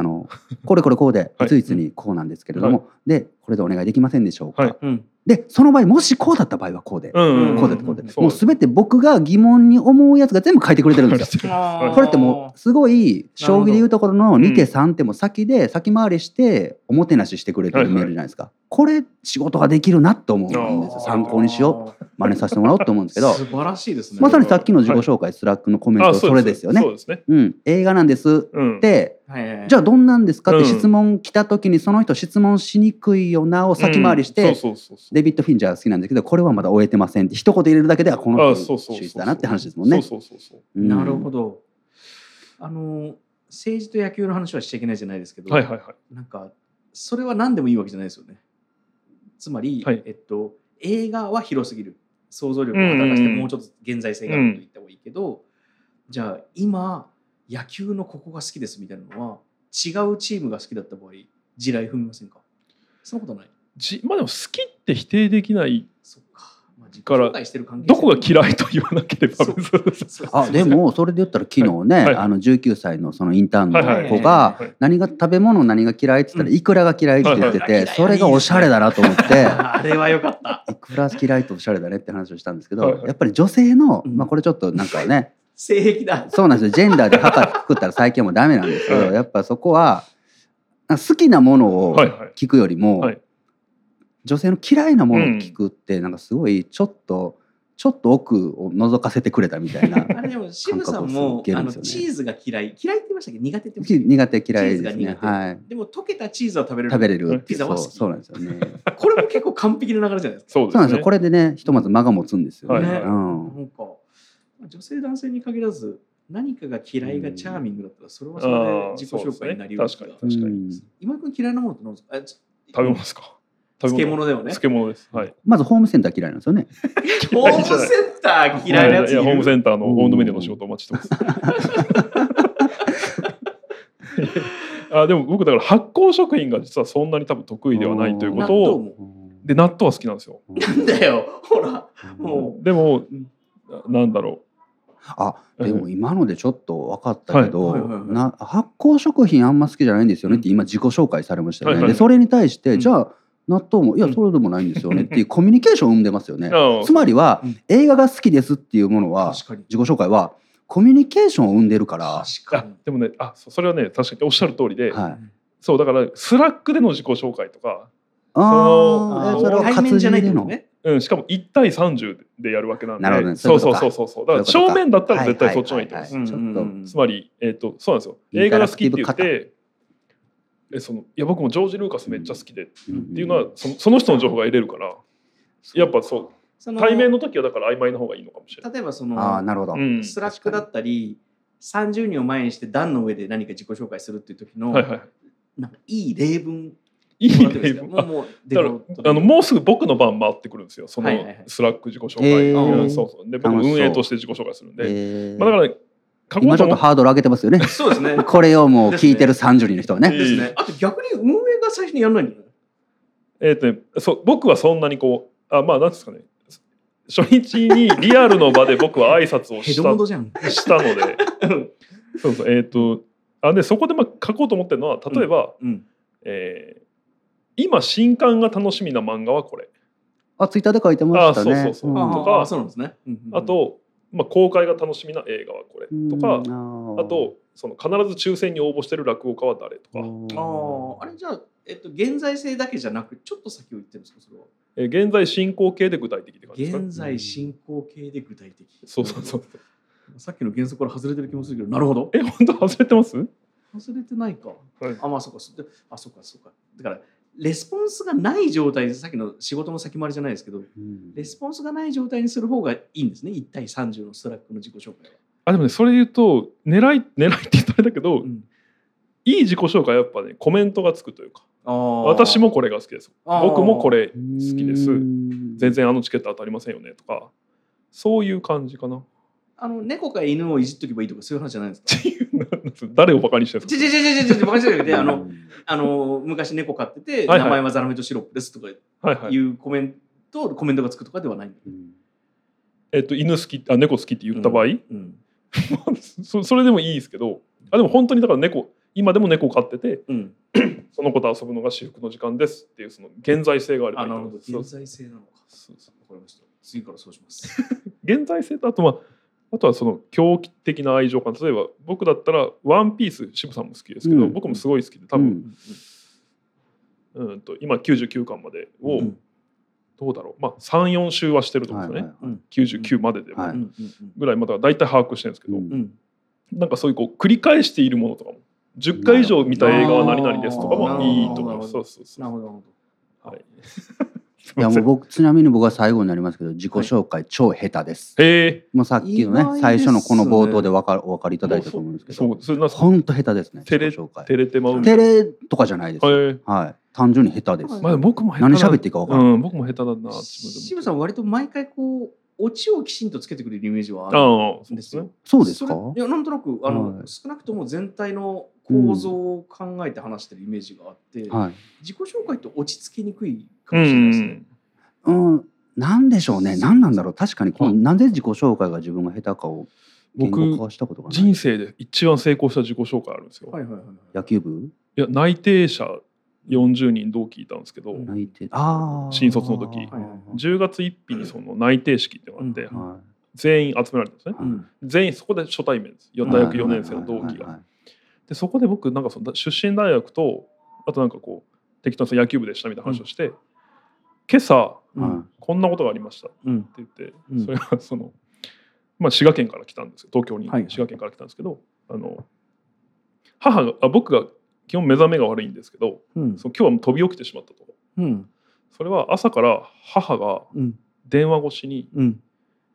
のこれこれこうではいいついつにこうなんですけれども、でこれでお願いできませんでしょうか、はいうんでその場合もしこうだった場合はこうで、うんこうだってこうで、うんそうもう全て僕が疑問に思うやつが全部書いてくれてるんですよ。あーこれってもうすごい将棋でいうところのるほど2手3手も先で先回りしておもてなししてくれてるメールじゃないですか、これ仕事ができるなと思うんですよあー参考にしようう真似させてもらおうと思う んですけど素晴らしいですねまさにさっきの自己紹介、スラックのコメントあそれですよねそうですね。うん、映画なんですうんって、はいはいはいじゃあどんなんですかっうてん質問来た時にその人質問しにくいよなを先回りして、うんそうそうそうそうデビッド・フィンジャー好きなんですけどこれはまだ終えてませんって一言入れるだけではこのあそ人うそうそう秀逸だなって話ですもんね。そうそうそうそうんなるほど。あの政治と野球の話はしちゃいけないじゃないですけど、う。はいはいはい。なんかそれは何でもいいわけじゃないですよね。つまり、はいえっと、映画は広すぎる想像力を働かせてうんうんうんもうちょっと現在性があると言った方がいいけど、じゃあ今野球のここが好きですみたいなのは違うチームが好きだった場合地雷踏みませんかそんなことないじまあでも好きって否定できない。そっか、まあ、自己から紹介してる関係どこがい嫌いと言わなければそう別に あでもそれで言ったら昨日ね、はいはいあの19歳のそのインターンはいはいの子が、はい何が食べ物何が嫌いって言ったら、うんいくらが嫌いって言ってて、はいはいはいそれがおしゃれだなと思って。あれはよかったいくら嫌いとおしゃれだねって話をしたんですけど、はいはいやっぱり女性の、うんまあこれちょっとなんかね、性癖だそうなんですよ、ジェンダーで測作ったら最近はもうダメなんですけど、はいやっぱそこは、なんか好きなものをはいはい。聞くよりも、はい女性の嫌いなものを聞くって、なんかすごいちょっと、ちょっと奥を覗かせてくれたみたいな。あれでも渋さん感覚をすぐも受けあるんでのすよねチーズが嫌い嫌いって言いましたっけど苦手って言いましたっ苦手嫌いですチーズがね苦。手はい。けでも溶けたチーズは食べれる食べれるっていう。ピザは好そうきそうなんですよね。これも結構完璧な流れじゃないですかそうですね。そうなんですよ。これでね、ひとまず間が持つんですよね。はいはい うん。なんか女性男性に限らず何かが嫌いがチャーミングだったらそれはそあれでー自己そうです紹ね介になりうる確かにから確かうんに。今井君嫌いなものって何ですかあち食べ物ですか。食べ漬物だよね漬物です。 はい。まずホームセンター嫌いなんですよね。ホームセンター嫌いなやついやるホームセンターのホームメディアの仕事お 待ちしてます。あでも僕だから発酵食品が実はそんなに多分得意ではないというこ納と豆をもで納豆は好きなんですよ。なんだよほらもでもうんななんだろうあでも今のでちょっと分かったけど、はいはいはいはいな発酵食品あんま好きじゃないんですよねって今自己紹介されましたよね、はいはいでそれに対して、うんじゃあ納豆もいやうんそうでもないんですよねっていうコミュニケーションを生んでますよね、ああつまりは、うん映画が好きですっていうものは確かに自己紹介はコミュニケーションを生んでるから、確あかにでもねあそうそれはね確かにおっしゃる通りで、はい、そうだからスラックでの自己紹介とか、ああーーえそれを対活面じ字ゃないでってこのとねうん、しかも1対30でやるわけなんでなるほどねそうそそういううこそとうそうそうだからそうい正うことか面だったら絶対そっちの方がいいってことではいす、はいちょっとつまり、えっとそうなんですよ映画が好きって言ってえそのいや僕もジョージ・ルーカスめっちゃ好きでってうんいうのはそのその人の情報が得れるからやっぱそうその対面の時はだから曖昧な方がいいのかもしれない。例えばそああのなるほど、うんスラックだったり30人を前にして段の上で何か自己紹介するっていう時の、はいはいなんかいい例文いいもらってるんですねか。もうもうデだかフォルトでらあのもうすぐ僕の番回ってくるんですよそのはいはいはいスラック自己紹え介、ーうんそうそうで僕楽しそう運営として自己紹介するんで、えーまあ、だから過去今ちょっのとハードル上げてますよね そうですね。これをもう聞いてる30人の人はねですね。あと逆に運営が最初にやらないんだよね。えーとね、そう僕はそんなにこうあまあなんですかね初日にリアルの場で僕は挨拶をヘしドモドたじゃん。したの でそうそうえっ、とあでそこでまあ書こうと思ってるのは例えば、うん。えー今新刊が楽しみな漫画はこれあツイッターで書いてましたねあそうそうそうんあとーかあーそうなんですね。うんうんうんあ、と、まあ、公開が楽しみな映画はこれとか、うんあとその必ず抽選に応募してる落語家は誰とか、あーあれじゃあえっと現在性だけじゃなくちょっと先を言ってるんですかそれは。えー現在進行形で具体的って感じですかね現在進行形で具体的。そうそうそう。さっきの原則から外れてる気もするけど、なるほど。え本当外れてます、外れてないか。はいあ、まあそうか。そであ、そうか、そうか。だから、レスポンスがない状態で、さっきの仕事の先回りじゃないですけど、うんレスポンスがない状態にする方がいいんですね。1対30のスラックの自己紹介は。あでもねそれ言うと狙い 狙いって言ったらあれだけうど、んいい自己紹介はやっぱねコメントがつくというかあー私もこれが好きですあー僕もこれ好きですうん全然あのチケット当たりませんよねとかそういう感じかな あの猫か犬をいじっとけばいいとかそういう話じゃないんですか。誰をバカにしてるんち でょすちょちょちょちょちかょ、バカじゃなくて、あうの、んあの、昔猫飼ってて、はいはい名前はザラメとシロップですとかはいはいいうコメント、コメントがつくとかではないんだ。えっと犬好きあ猫好きって言った場合、うん。 そそれでもいいですけどあでも本当にだから猫今でも猫飼っててうん。その子と遊ぶのが至福の時間ですっていうその現在性があればあ、いいとなるほ思うんど。ですそう現在性なのか。そうそうわかりました。次からそうします。現在性とあとはあとはその狂気的な愛情感例えば僕だったら「ワンピース渋さんも好きですけど、うん僕もすごい好きで多う分、んうん、と今99巻までを、うんどうだろう、まあ、34週はしてると思はうんでいはすよね、いうん。 99まででも、はいうんぐらいまだ大体把握してるんですけど、ううんん。なんかそういうこう繰り返しているものとかも10回以上見た映画は何々ですとかもいいと思います。なそるうそうそなるうほど、なるほはい、いやもう僕ちなみに僕は最後になりますけど自己紹介超下手です。へえもうさっきの意外ですねね最初のこの冒頭でわかるお分かりいただいたと思うんですけそど、うそれなんか本当下手ですね。照れ自己紹介。照れてまうみたいテレとかじゃないです。な。へはえい。単純に下手です。まあ、僕も下手だ何喋っていいか分からんうん、僕も下手だな。ど。自渋分さでもん、割と毎回こう、オチをきちんとつけてくれるイメージはあるああ、そうんでですすねよ。。そうですか？それいやなんとなくあの、はい少なくとも全体の構造を考えて話してるイメージがあって、はい。自己紹介って落ち着きにくいかうもしれないですね。ん。うん。なんでしょうね。何なんだろう。確かにこのあなぜ自己紹介が自分が下手かを言僕語化したことがない人。生で一番成功した自己紹介あるんですよ。、はいいはいはいはい。野球部や、内定者40人どう聞いたんですけど、うん泣いてああ新卒の時はい10月1日にその内定式っていうのがあって、うんは全員集められたんですね。うん全員そこで初対面です。いよ大学4年生の同期はいはいはいはがい。で、そこで僕、なんかその出身大学と、あとなんかこう、適当な野球部でしたみたいな話をして、今朝、うんはいこんなことがありました。うんって言って、うんそれはその、まあ、滋賀県から来たんですよ東京にはい滋賀県から来たんですけど、あの母があ僕が基本目覚めが悪いんですけどうんその今日はもう飛び起きてしまったとうんそれは朝から母がうん電話越しにうん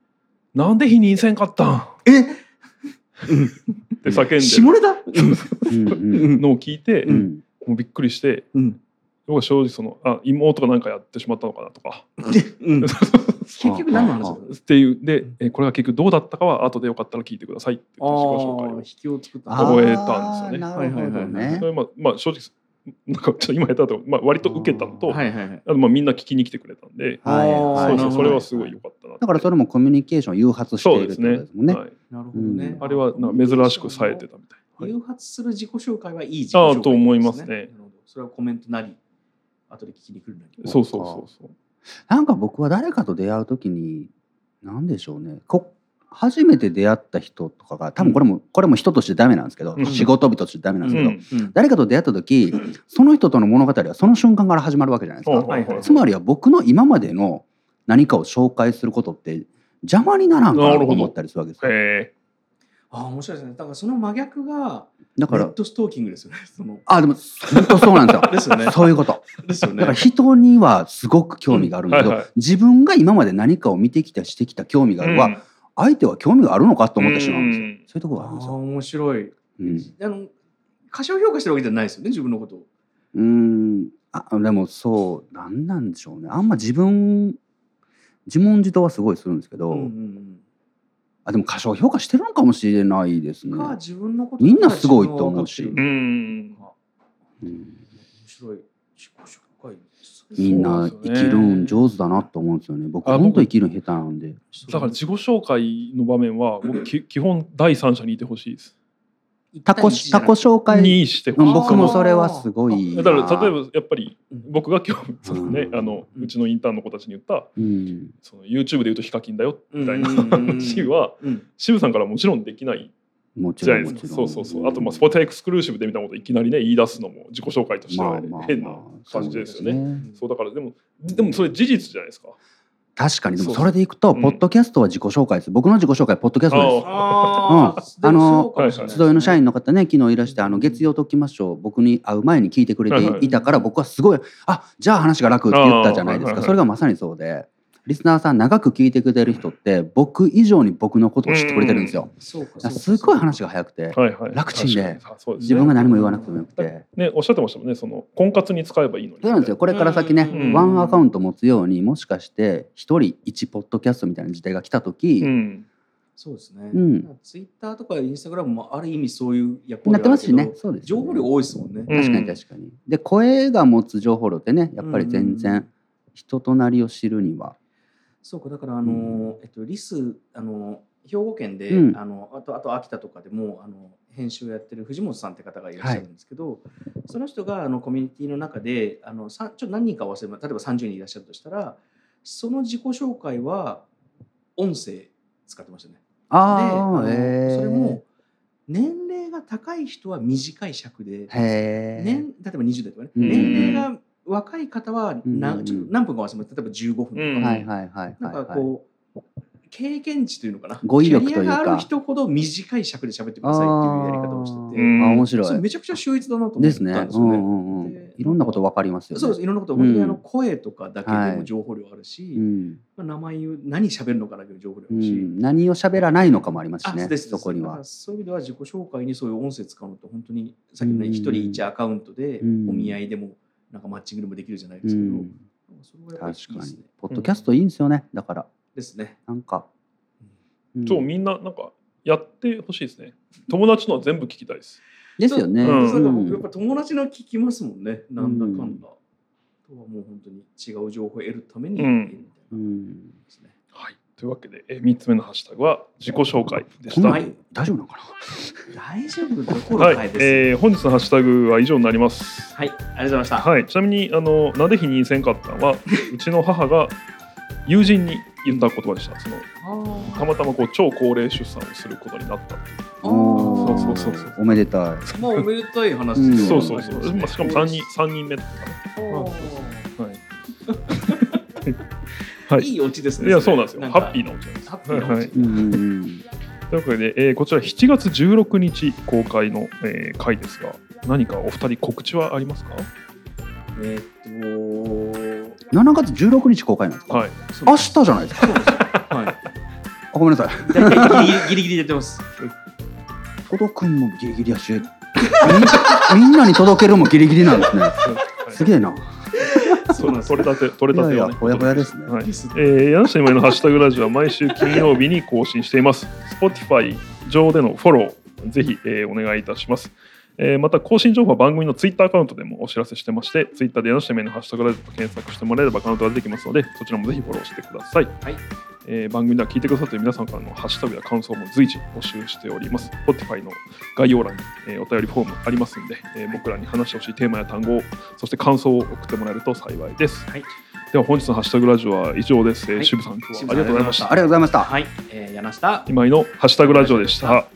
「なんで日にいせんかったん!」えって叫んで下ネタうんうんうるんのを聞いて、うんもうびっくりしてうん僕は正直そのあ妹が何かやってしまったのかなとかうん結局何の話だろうっていうでえこれが結局どうだったかは後でよかったら聞いてくださいって言って自己紹介ああを引きを作った覚えたんですよねあーなるほどはいはいはいはねそ。れまあまあ正直なんかちょっと今やったと、まあ、割と受けたのと、はいはいはい。あとまあみんな聞きに来てくれたんで、はいはそいうそうそれはすごい良よかったなってだからそれもコミュニケーションを誘発してそういるでっすてことねですもんね。はい、なるほどね。うんあれはな珍しく冴えてたみたいはい誘発する自己紹介はいい自己紹介ああと思いますねなるほどそれはコメントなり、後で聞きに来るなり。そうそうそうそうなんか僕は誰かと出会うときに何でしょうねこ初めて出会った人とかが多分これも、これも人としてダメなんですけど、うん仕事人としてダメなんですけど、うんうん誰かと出会った時その人との物語はその瞬間から始まるわけじゃないですか。はいはいつまりは僕の今までの何かを紹介することって邪魔にならんかななとるほど思ったりするわけですよ。へああ、面白いですね。だからその真逆が、だかネらットストーキングですよね。そのあでも本当そうなんですよ。 ですよね。そういうこと。ですよだからね。人にはすごく興味があるんだけど、うんはいはい自分が今まで何かを見てきたしてきた興味がえあるは、相手は興味があるのかと思ってしまうんですよ。んそういうところがあるんあですあ、よ。面白い。うんあの、過小評価してるわけじゃないですよね、自分のことを。うーんあでもそうなんなんでしょうねあんま自分自問自答はすごいするんですけど、うんうんあでも過小評価してるのかもしれないですうねん。。か、自分のことみんなすごいと思うし自う分を分かってるあんうん面白い。自己紹介。みんな生きるん上手だなと思うんですよね。僕あ本当生きるん下手なんで。だから自己紹介の場面は僕き基本第三者にいてほしいです。タコししタコ紹介。にしてうほしんい。僕もそれはすごいな。だから例えばやっぱりうん僕が今日そうねうんあのうちのインターンの子たちに言ったうん。その YouTube で言うとヒカキンだよみたいなうんうんうんうん話はうん渋さんからもちろんできないもちじゃろなんいもでちすか。ろん。そうそうそう。あとまあスポテエクスクルーシブで見たこといきなりね言い出すのも自己紹介としてまあはまあ変な感じですよね。ねそうだからでもでもそれ事実じゃないですか。確かにでもそうそれでいくとうんポッドキャストは自己紹介です。僕の自己紹介ポッドキャストです。あうんあの集いの社員員の方ね昨日いらしてあの月曜ときましょう僕に会う前に聞いてくれはいはていいたから僕はすごいあじゃあ話が楽って言ったじゃないですあかーそれがまさにそうでリスナーさん長く聞いてくれる人って僕以上に僕のことを知ってくれてるんですよ。そうかだからすごい話が入早くてはいはい。楽ちんで確かにそうです自ね分が何も言わなくてもよくてねおっしゃってましたもんねその婚活に使えばいいのに。そうなんですよこれから先ねうんワンアカウント持つようにもしかして一人一ポッドキャストみたいな時代が来た時うん。そうですね、うんツイッターとかインスタグラムもある意味そういう役割なってますしあるねけどそうですよ情ね報量多いですもんね、うん確かに確かに。で声が持つ情報量ってねやっぱりう全然ん人となりを知るには。そうかだからあのー、えっとリスあのー兵庫県で、うんあのあとあと秋田とかでもあの編集をやってる藤本さんって方がいらっしゃるんですけど、その人があのコミュニティの中であのさんちょっと何人か忘れま例えば30人いらっしゃるとしたらその自己紹介は音声使ってましたね。でああのあ、へえそれも年齢が高い人は短い尺で、へえ、年例えば20代とかね、うん年齢が若い方はな、うんちょっと何分か忘れました例えば15分とか、うんはいはいはいなんはかい、はい。こう、経験値というのかな語彙力というかキャリアがある人ほど短い尺で喋ってくださいっていうやり方をしてて、あーうんあ面そ白れい。めちゃくちゃ秀逸だなと思でっすたね。んですうよんね。うんうんで。いろんなことわかりますよね。そうですいろんなことうん本当にあの声とかだけではいも情報量あるし、うん、まあ、名前を何喋るのかだけで情報量あうるし、ん、何を喋らないのかもありますしあね。そうですそこにだかはら。そういう意味では自己紹介にそういう音声使うのって本当にさっきのうねん一人一アカウントでうんお見合いでもなんかマッチングでもできるじゃないでうすけど、ん、それはやっぱりい確いかですねに。ポッドキャストいいんですよね。だからですね。なんか。んそうみんななんかやってほしいですね。友達のは全部聞きたいです。ですよね。うそうだからん僕やっぱ友達の聞きますもんね、なんだかんだ。とはもう本当に違う情報を得るために、うんみたいなう感ん、じですねはい。というわけでえ三つ目のハッシュタグは自己紹介でこしんた。なは。はいい大丈夫なのかな。大丈夫どころかいです、えー本日のハッシュタグは以上になります。はい、ありがとうございました。はい。ちなみにあのなんで否認せんかったのはうちの母が友人に言った言葉でした。そのたまたまこう超高齢出産をすることになった。おーそうそうそうそうおめでたい。まあおめでたい話うんそうそうそう。ですねまあしかも三人三人目とかおーね。 はいいいオチですはい。ね。いやそうなんですよ。ハッピーー。なお茶です。ハッピーなはオいチ。うんうんうん。というわけで、えーこちら7月16日公開の、えー回ですが何かお二人告知はありますかえーっと7月16日公開なんですか。はいそう明日じゃないですか。そうなんですよはい。あごめんなさい。大体ギリギリギリギリでやってます。届くんもギリギリやしみんみんなに届けるもギリギリなんですねすげえなそうなんです取れたて取いれたやていをやねほやほやですね、はいえー、柳下今井の「ハッシュタグラジオ」は毎週金曜日に更新しています Spotify 上でのフォローぜひ、えーお願いいたしますえーまた更新情報は番組のツイッターアカウントでもお知らせしてまして、ツイッターでの社名のハッシュタグラジオと検索してもらえればアカウントが出てきますので、そちらもぜひフォローしてください。はいえー番組では聞いてくださっている皆さんからのハッシュタグや感想も随時募集しております。Spotify の概要欄に、えーお便りフォームありますので、えー僕らに話してほしいテーマや単語を、そして感想を送ってもらえると幸いです。はいでは本日のハッシュタグラジオは以上です。えーはい渋さん、今日はあ渋さりんがとうございましあたり。がとうございました。はい、えー、柳下今井のハッシュタグラジオでした。